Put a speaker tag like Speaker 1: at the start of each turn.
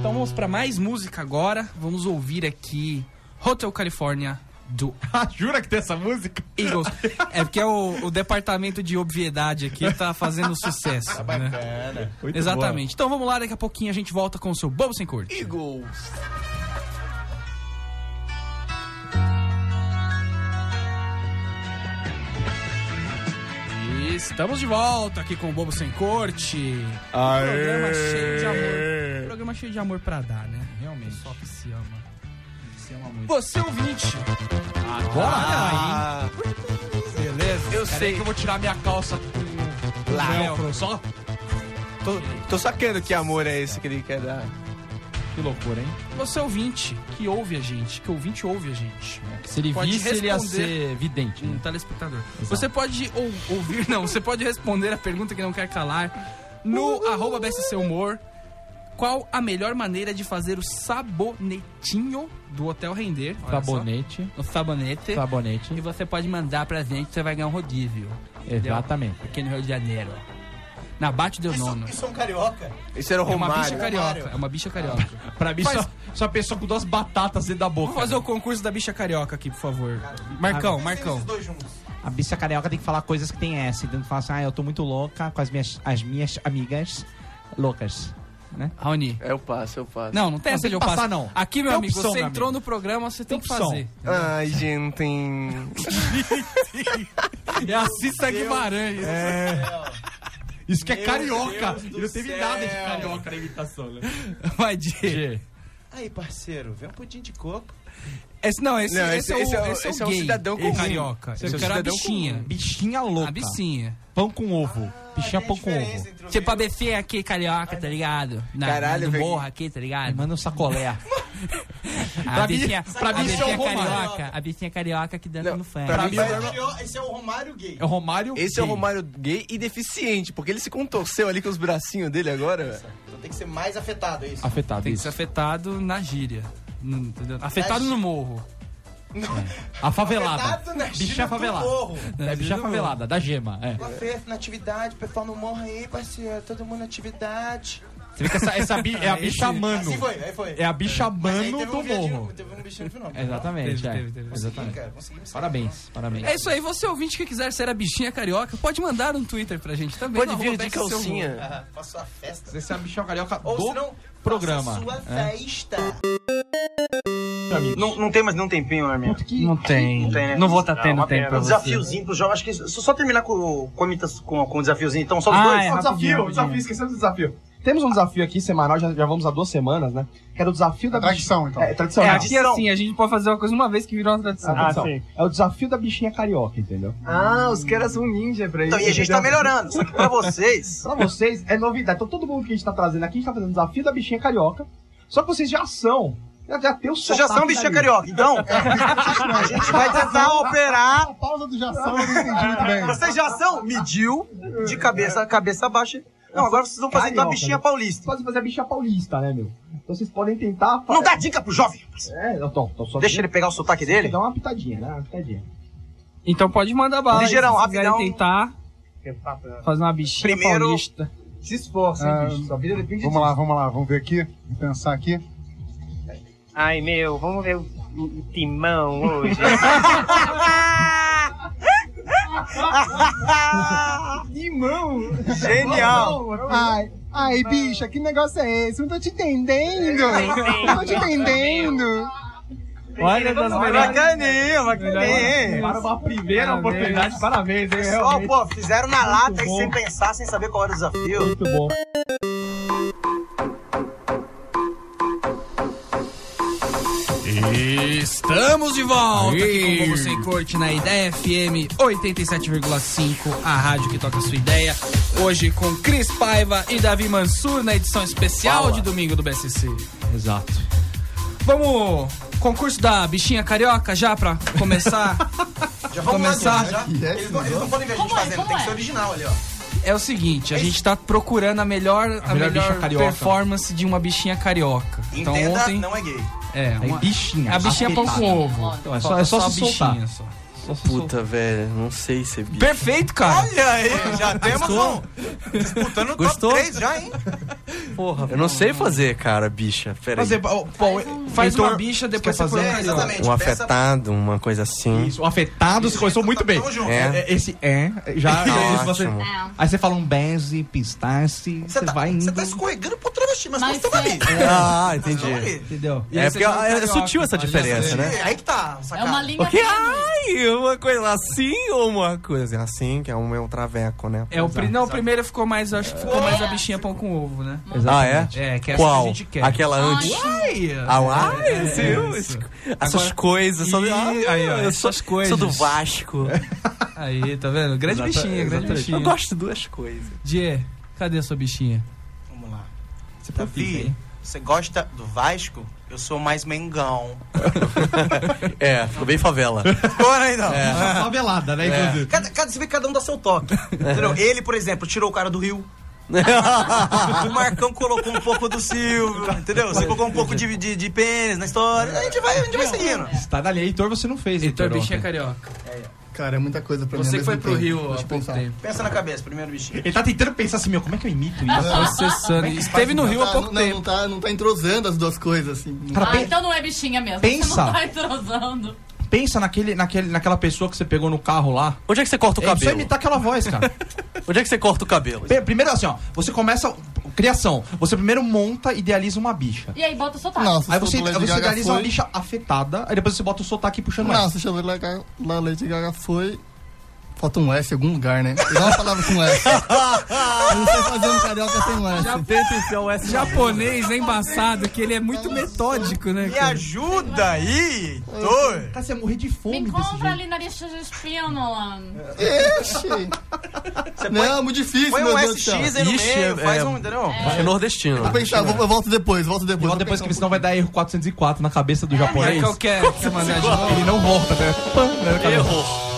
Speaker 1: Então vamos pra mais música agora. Vamos ouvir aqui Hotel California do
Speaker 2: Jura que tem essa música?
Speaker 1: Eagles. É porque o, o departamento de obviedade aqui tá fazendo sucesso. né?
Speaker 3: Tá Bacana.
Speaker 2: Muito
Speaker 1: Exatamente. Então vamos lá, daqui a pouquinho a gente volta com o seu Bobo Sem Cor.
Speaker 3: Eagles.
Speaker 1: E Estamos de volta aqui com o Bobo Sem Corte.
Speaker 2: Boa. Aê.
Speaker 1: Programa cheio de amor. Programa cheio de amor pra dar, né?
Speaker 2: Realmente.
Speaker 1: Só que se ama.
Speaker 2: Isso é uma música.
Speaker 1: Você ouvinte.
Speaker 2: Bora!
Speaker 3: Ah,
Speaker 1: Beleza?
Speaker 3: eu sei.
Speaker 1: que eu vou tirar minha calça.
Speaker 3: Lá.
Speaker 1: Velcro, só.
Speaker 3: Tô, tô sacando que amor é esse que ele quer dar.
Speaker 2: que loucura, hein?
Speaker 1: Você ouvinte que ouve a gente, que ouvinte ouve a gente.
Speaker 4: Se ele
Speaker 1: Pode
Speaker 4: visse, ele ia
Speaker 1: responder.
Speaker 4: ser
Speaker 5: É.
Speaker 4: vidente.
Speaker 2: Hum,
Speaker 1: Um
Speaker 4: né?
Speaker 1: telespectador. Você pode ou- ouvir, não, você pode responder a pergunta que não quer calar no arroba BSC Humor. Qual a melhor maneira de fazer o sabonetinho do Hotel Render?
Speaker 5: Um
Speaker 1: Olha
Speaker 4: Sabonete.
Speaker 1: só. O sabonete.
Speaker 4: Sabonete.
Speaker 1: E você pode mandar pra gente, você vai ganhar um rodízio. entendeu?
Speaker 4: Exatamente.
Speaker 1: Aqui no Rio de Janeiro. Na Bate deu nono.
Speaker 6: Isso é um carioca?
Speaker 3: Esse era o
Speaker 1: É uma bicha
Speaker 3: Romário.
Speaker 1: carioca. É uma bicha carioca.
Speaker 2: Pra mim,
Speaker 1: Faz-
Speaker 2: só, só a pessoa com duas batatas dentro da boca.
Speaker 1: Vamos fazer o concurso da bicha carioca aqui, por favor. Marcão, Marcão.
Speaker 6: Os dois juntos.
Speaker 5: A bicha carioca tem que falar coisas que tem S. Tem que falar assim, ah, eu tô muito louca com as minhas, as minhas amigas loucas.
Speaker 1: Raoni.
Speaker 3: É, Eu passo, eu passo.
Speaker 1: Não, não tem
Speaker 5: Não,
Speaker 1: essa
Speaker 5: tem
Speaker 1: de eu
Speaker 5: que
Speaker 1: passar,
Speaker 5: passar, não.
Speaker 1: Aqui, meu
Speaker 5: Tem
Speaker 1: amigo,
Speaker 5: opção,
Speaker 1: você
Speaker 5: meu
Speaker 1: entrou
Speaker 5: amigo.
Speaker 1: no programa, você tem,
Speaker 5: Tem
Speaker 1: que
Speaker 5: opção.
Speaker 1: fazer.
Speaker 3: Ai, gente.
Speaker 2: É a Cissa Guimarães. É. Isso que é carioca.
Speaker 6: Deus
Speaker 2: E
Speaker 6: do
Speaker 2: não teve
Speaker 6: céu.
Speaker 2: nada de carioca na imitação, né?
Speaker 1: Vai, Diego.
Speaker 4: G.
Speaker 6: Aí, parceiro, vem um pudim de coco.
Speaker 1: Esse, não, esse,
Speaker 3: Não,
Speaker 1: esse, é o, esse é o
Speaker 3: um
Speaker 1: gay.
Speaker 3: cidadão comum.
Speaker 1: Carioca.
Speaker 3: Esse é
Speaker 1: Eu
Speaker 3: um
Speaker 1: quero a
Speaker 3: cidadão
Speaker 1: bichinha.
Speaker 5: Bichinha
Speaker 1: A
Speaker 5: louca.
Speaker 1: bicinha.
Speaker 5: Pão com ovo.
Speaker 4: Bichinha
Speaker 6: Tem
Speaker 4: pão
Speaker 2: um
Speaker 4: com
Speaker 6: diferença
Speaker 4: ovo.
Speaker 6: entre os
Speaker 1: Tipo, a
Speaker 6: meus.
Speaker 1: BC aqui, carioca, tá ligado? Na,
Speaker 3: Caralho,
Speaker 1: no
Speaker 3: velho.
Speaker 1: morro aqui, tá
Speaker 5: Aí
Speaker 1: ligado?
Speaker 5: Manda um sacolé.
Speaker 1: A
Speaker 2: pra mim-
Speaker 1: bicinha,
Speaker 2: pra
Speaker 1: a
Speaker 2: mim isso é o
Speaker 1: bicinha
Speaker 2: Romário.
Speaker 1: carioca. A bicinha carioca que dança
Speaker 3: Não,
Speaker 1: no funk.
Speaker 3: pra
Speaker 6: Esse
Speaker 7: um
Speaker 3: mim,
Speaker 6: é o cario- Esse é o Romário gay.
Speaker 2: né? É o Romário.
Speaker 3: Esse é o Romário gay e deficiente, porque ele se contorceu ali com os bracinhos dele agora, velho.
Speaker 6: Então tem que ser mais afetado, é isso.
Speaker 4: Afetado.
Speaker 1: Tem que ser
Speaker 4: Isso.
Speaker 1: afetado na gíria. Não, entendeu? Afetado
Speaker 6: Na
Speaker 1: no morro.
Speaker 4: A favelada.
Speaker 6: Afetado na
Speaker 4: Bicha
Speaker 6: Bicha
Speaker 4: favelada.
Speaker 6: morro.
Speaker 4: É bicha favelada, da gema. É.
Speaker 6: Uma festa na atividade, pessoal não morra aí, parceiro. Todo mundo na atividade.
Speaker 2: Você vê que essa, essa bi- é a bicha mano.
Speaker 6: Assim foi, aí foi.
Speaker 2: É a bicha
Speaker 6: Aí
Speaker 2: mano
Speaker 6: teve
Speaker 2: do
Speaker 6: um viadinho-
Speaker 2: morro.
Speaker 6: Teve um bichinho no final.
Speaker 4: Exatamente.
Speaker 1: Teve,
Speaker 4: é.
Speaker 1: teve, teve.
Speaker 4: Exatamente.
Speaker 6: Cara, conseguimos sair.
Speaker 4: Parabéns, parabéns.
Speaker 1: É isso aí, você ouvinte que quiser ser a bichinha carioca, pode mandar um Twitter pra gente também.
Speaker 3: Pode
Speaker 1: no
Speaker 3: vir
Speaker 1: arroba
Speaker 3: de
Speaker 1: BSC Humor.
Speaker 3: calcinha.
Speaker 6: Ah, Faço a festa.
Speaker 2: Esse é a bicha carioca
Speaker 6: Ou
Speaker 2: do...
Speaker 6: se não,
Speaker 4: programa,
Speaker 6: Sua
Speaker 2: né?
Speaker 6: festa.
Speaker 7: Não, não tem mais nenhum tempinho, né, amigo?
Speaker 1: Não tem.
Speaker 7: tem, né?
Speaker 1: Não vou estar tendo
Speaker 7: uma
Speaker 1: tempo
Speaker 7: pena.
Speaker 1: pra
Speaker 7: Um
Speaker 1: você.
Speaker 7: desafiozinho pro jovem. Acho que só, só terminar com, com, a imitação- com, com o desafiozinho. Então, só os
Speaker 1: Ah,
Speaker 7: dois.
Speaker 1: é,
Speaker 7: Só-
Speaker 8: Ó,
Speaker 1: rapidinho,
Speaker 8: desafio,
Speaker 1: rapidinho.
Speaker 8: desafio, esquecemos do desafio. Temos um desafio aqui semanal, já, já vamos há duas semanas, né? Que era o desafio da
Speaker 9: Tradição, então.
Speaker 8: bichinha. É, tradição.
Speaker 1: É,
Speaker 8: não.
Speaker 1: aqui é assim, a Ah, gente pode fazer uma coisa uma vez que virou uma
Speaker 8: É a
Speaker 1: tradição.
Speaker 8: tradição. É o desafio da bichinha carioca, entendeu?
Speaker 9: Ah, os caras são ninja pra isso.
Speaker 7: Então, e a gente tá melhorando. Só que pra vocês.
Speaker 8: Pra vocês é novidade. Então todo mundo que a gente tá trazendo aqui, a gente tá fazendo o desafio da bichinha carioca. Só que vocês já são. Já, já tem o
Speaker 7: Vocês já são
Speaker 8: sotaque
Speaker 7: bichinha
Speaker 8: da
Speaker 7: carioca. Então, a gente vai tentar operar.
Speaker 9: A pausa do Jação eu não entendi muito bem.
Speaker 7: Vocês já são? Mediu. De cabeça, cabeça baixa. Não, agora vocês vão fazer então a
Speaker 8: Carioca,
Speaker 7: bichinha
Speaker 8: né? Vocês
Speaker 7: paulista.
Speaker 8: podem fazer a bichinha paulista, né, meu? Então vocês podem tentar. fa-
Speaker 7: Não dá dica pro jovem.
Speaker 8: É, então, então só
Speaker 7: Deixa ele pegar o sotaque
Speaker 8: Tem que
Speaker 7: dele.
Speaker 8: dar uma pitadinha, né? Uma pitadinha.
Speaker 1: Então pode mandar bala. aí,
Speaker 7: Ligeirão,
Speaker 1: se quiserem
Speaker 7: rapidão.
Speaker 1: tentar fazer uma bichinha
Speaker 7: Primeiro-
Speaker 1: paulista.
Speaker 8: Se esforça,
Speaker 9: Ah,
Speaker 8: hein, bicho? Sua vida depende
Speaker 9: Vamos lá, vamos lá, vamos ver aqui, vamos pensar aqui.
Speaker 10: Ai, meu, vamos ver o, o um timão hoje.
Speaker 7: Genial.
Speaker 9: Ai, ai, bicha, que negócio é esse? Não tô te entendendo. Não tô te entendendo.
Speaker 1: Olha das melhores.
Speaker 7: Bacaninha, bacaninha.
Speaker 8: Para uma primeira oportunidade, parabéns, hein?
Speaker 7: Ó,
Speaker 8: Realmente.
Speaker 7: pô, fizeram na lata e sem pensar, sem saber qual era o desafio.
Speaker 8: Muito bom.
Speaker 1: Estamos de volta aqui com o Bobo Sem Corte na Ideia FM 87,5, a rádio que toca a sua ideia. Hoje com Cris Paiva e Davi Mansur na edição especial de domingo do BSC.
Speaker 4: Exato.
Speaker 1: Vamos, concurso da bichinha carioca já pra começar?
Speaker 6: Já vamos
Speaker 1: Começar.
Speaker 7: Ah,
Speaker 6: lá, já, já. Né? Eles, não, eles não podem ver a gente
Speaker 7: é?
Speaker 6: fazendo, tem que ser original ali, ó.
Speaker 1: É o seguinte, a gente tá procurando a melhor, a
Speaker 2: melhor
Speaker 1: melhor,
Speaker 2: bicha carioca.
Speaker 1: performance de uma bichinha carioca. Então
Speaker 6: Entenda,
Speaker 1: ontem
Speaker 6: não é gay.
Speaker 1: é uma,
Speaker 5: Bichinha.
Speaker 1: a bichinha pão com ovo.
Speaker 5: Então, é só, é só
Speaker 1: Falta
Speaker 5: se
Speaker 1: a
Speaker 5: soltar.
Speaker 1: bichinha só.
Speaker 5: Só se soltar.
Speaker 3: Puta, velho, não sei se é bicho.
Speaker 1: Perfeito, cara.
Speaker 6: Olha aí, já temos um. Disputando o top 3 já, hein?
Speaker 1: Porra,
Speaker 3: Eu não sei fazer, cara, bicha. Peraí.
Speaker 1: Fazer, ó, pô, faz um
Speaker 2: Heitor,
Speaker 1: uma bicha, depois
Speaker 2: quer
Speaker 1: você põe
Speaker 2: fazer?
Speaker 1: uma
Speaker 2: É,
Speaker 1: carioca.
Speaker 3: Um afetado, uma coisa assim.
Speaker 5: O afetado se começou muito bem.
Speaker 3: É.
Speaker 5: É, Esse é, já.
Speaker 3: Tá
Speaker 5: esse você-
Speaker 3: ótimo.
Speaker 11: Não.
Speaker 5: Aí você fala um benze, pistache, você vai indo.
Speaker 7: Você tá escorregando pro travesti, mas,
Speaker 11: Mas
Speaker 7: você tá
Speaker 11: é-
Speaker 7: ali.
Speaker 3: Ah,
Speaker 7: Tamo
Speaker 3: entendi.
Speaker 7: ali.
Speaker 5: Entendeu?
Speaker 1: E aí
Speaker 3: É
Speaker 1: você
Speaker 3: porque
Speaker 1: faz
Speaker 3: é, é
Speaker 1: carioca,
Speaker 3: sutil essa
Speaker 1: olha
Speaker 3: diferença,
Speaker 1: assim.
Speaker 3: né?
Speaker 7: É aí que tá, sacada.
Speaker 11: É uma linha
Speaker 3: Porque,
Speaker 11: tênue.
Speaker 3: ai, uma coisa assim ou uma coisa assim, que é um, é um traveco, né?
Speaker 1: É o, pri- não, o primeiro ficou mais, eu acho que ficou mais a bichinha pão com ovo, né?
Speaker 3: Ah, é?
Speaker 1: É, que é essa
Speaker 3: Qual?
Speaker 1: que a gente quer.
Speaker 3: Aquela antes?
Speaker 1: Ai,
Speaker 3: Ah, ai,
Speaker 1: é,
Speaker 3: esse-
Speaker 1: é
Speaker 3: esse-
Speaker 1: isso.
Speaker 3: essas coisas. Só,
Speaker 1: Ih,
Speaker 3: ah,
Speaker 1: aí, ó,
Speaker 3: eu sou,
Speaker 1: essas coisas. É.
Speaker 3: sou do Vasco.
Speaker 1: Aí, tá vendo? Grande bichinha, grande
Speaker 3: Eu
Speaker 1: bichinha.
Speaker 3: gosto de duas coisas.
Speaker 1: Die, cadê a sua bichinha?
Speaker 7: Vamos lá.
Speaker 1: Você
Speaker 7: Davi, você gosta do Vasco? Eu sou mais Mengão.
Speaker 3: É, ficou bem favela.
Speaker 7: Ficou, né, então?
Speaker 1: É.
Speaker 9: tá
Speaker 5: Só velada, né? inclusive.
Speaker 7: Cada, cada, você vê que cada um dá seu toque.
Speaker 1: É.
Speaker 7: Entendeu? Ele, por exemplo, tirou o cara do Rio. o Marcão colocou um pouco do Silvio, entendeu? Você colocou um pouco de, de, de pênis na história. A gente vai, a gente vai seguindo.
Speaker 5: Está dali. Tá, Heitor, você não fez,
Speaker 1: Heitor,
Speaker 5: ontem.
Speaker 1: bichinha carioca.
Speaker 9: Cara, é muita coisa pra
Speaker 1: Você
Speaker 9: mim.
Speaker 1: que foi
Speaker 9: ao mesmo
Speaker 1: pro
Speaker 9: tempo.
Speaker 1: Rio
Speaker 9: Deixa
Speaker 1: há
Speaker 9: eu
Speaker 1: pouco
Speaker 9: pensar.
Speaker 1: tempo.
Speaker 7: Pensa na cabeça, primeiro bichinho.
Speaker 5: Ele tá tentando pensar assim, meu, como é que eu imito isso?
Speaker 1: Processando. Esteve no
Speaker 9: Não
Speaker 1: Rio há
Speaker 9: tá-
Speaker 1: pouco
Speaker 9: não,
Speaker 1: tempo.
Speaker 9: Não tá, não tá entrosando as duas coisas, assim.
Speaker 5: Cara,
Speaker 11: Ah,
Speaker 5: pe-
Speaker 11: então não é bichinha mesmo. Você
Speaker 5: Pensa.
Speaker 11: não tá entrosando.
Speaker 5: pensa naquele, naquele, naquela pessoa que você pegou no carro lá.
Speaker 3: Onde é que você corta o
Speaker 5: É só
Speaker 3: cabelo?
Speaker 5: imitar aquela voz, cara.
Speaker 3: Onde é que você corta o cabelo?
Speaker 5: Pe- Primeiro assim, ó. Você começa. Criação. Você primeiro monta, idealiza uma bicha.
Speaker 11: E aí, bota o sotaque.
Speaker 9: Nossa,
Speaker 5: Aí você,
Speaker 9: Lady
Speaker 5: aí você
Speaker 9: Gaga
Speaker 5: idealiza uma
Speaker 9: foi-
Speaker 5: bicha afetada, aí depois você bota o sotaque puxando
Speaker 9: Não,
Speaker 5: essa.
Speaker 9: você chamou La, La Lady Gaga foi. Falta um S em algum lugar, né? Igual uma palavra com S. Eu não sei fazer um carioca sem um S.
Speaker 3: Tenta enfiar o S.
Speaker 1: Japonês é embaçado, que ele é muito metódico, né?
Speaker 7: Me
Speaker 1: cara?
Speaker 7: ajuda aí, Heitor.
Speaker 5: Cara, você ia morrer de
Speaker 11: Me
Speaker 5: fome desse
Speaker 11: encontra
Speaker 5: jeito.
Speaker 11: ali na lista de espínola.
Speaker 9: Ixi. Não, muito difícil,
Speaker 7: Põe
Speaker 9: meu
Speaker 7: um
Speaker 9: Deus do céu.
Speaker 7: SX aí no
Speaker 3: Ixi,
Speaker 7: meio,
Speaker 3: é-
Speaker 7: faz
Speaker 3: é-
Speaker 7: um, entendeu?
Speaker 3: É nordestino.
Speaker 9: Vou pensar, vou- eu volto depois, volto
Speaker 5: E
Speaker 9: depois.
Speaker 5: logo depois que senão vai dar erro 404 na cabeça do
Speaker 1: É
Speaker 5: japonês.
Speaker 1: que eu quero que você mande a gente.
Speaker 5: Ele não volta, né? Pã, né?
Speaker 3: Erro.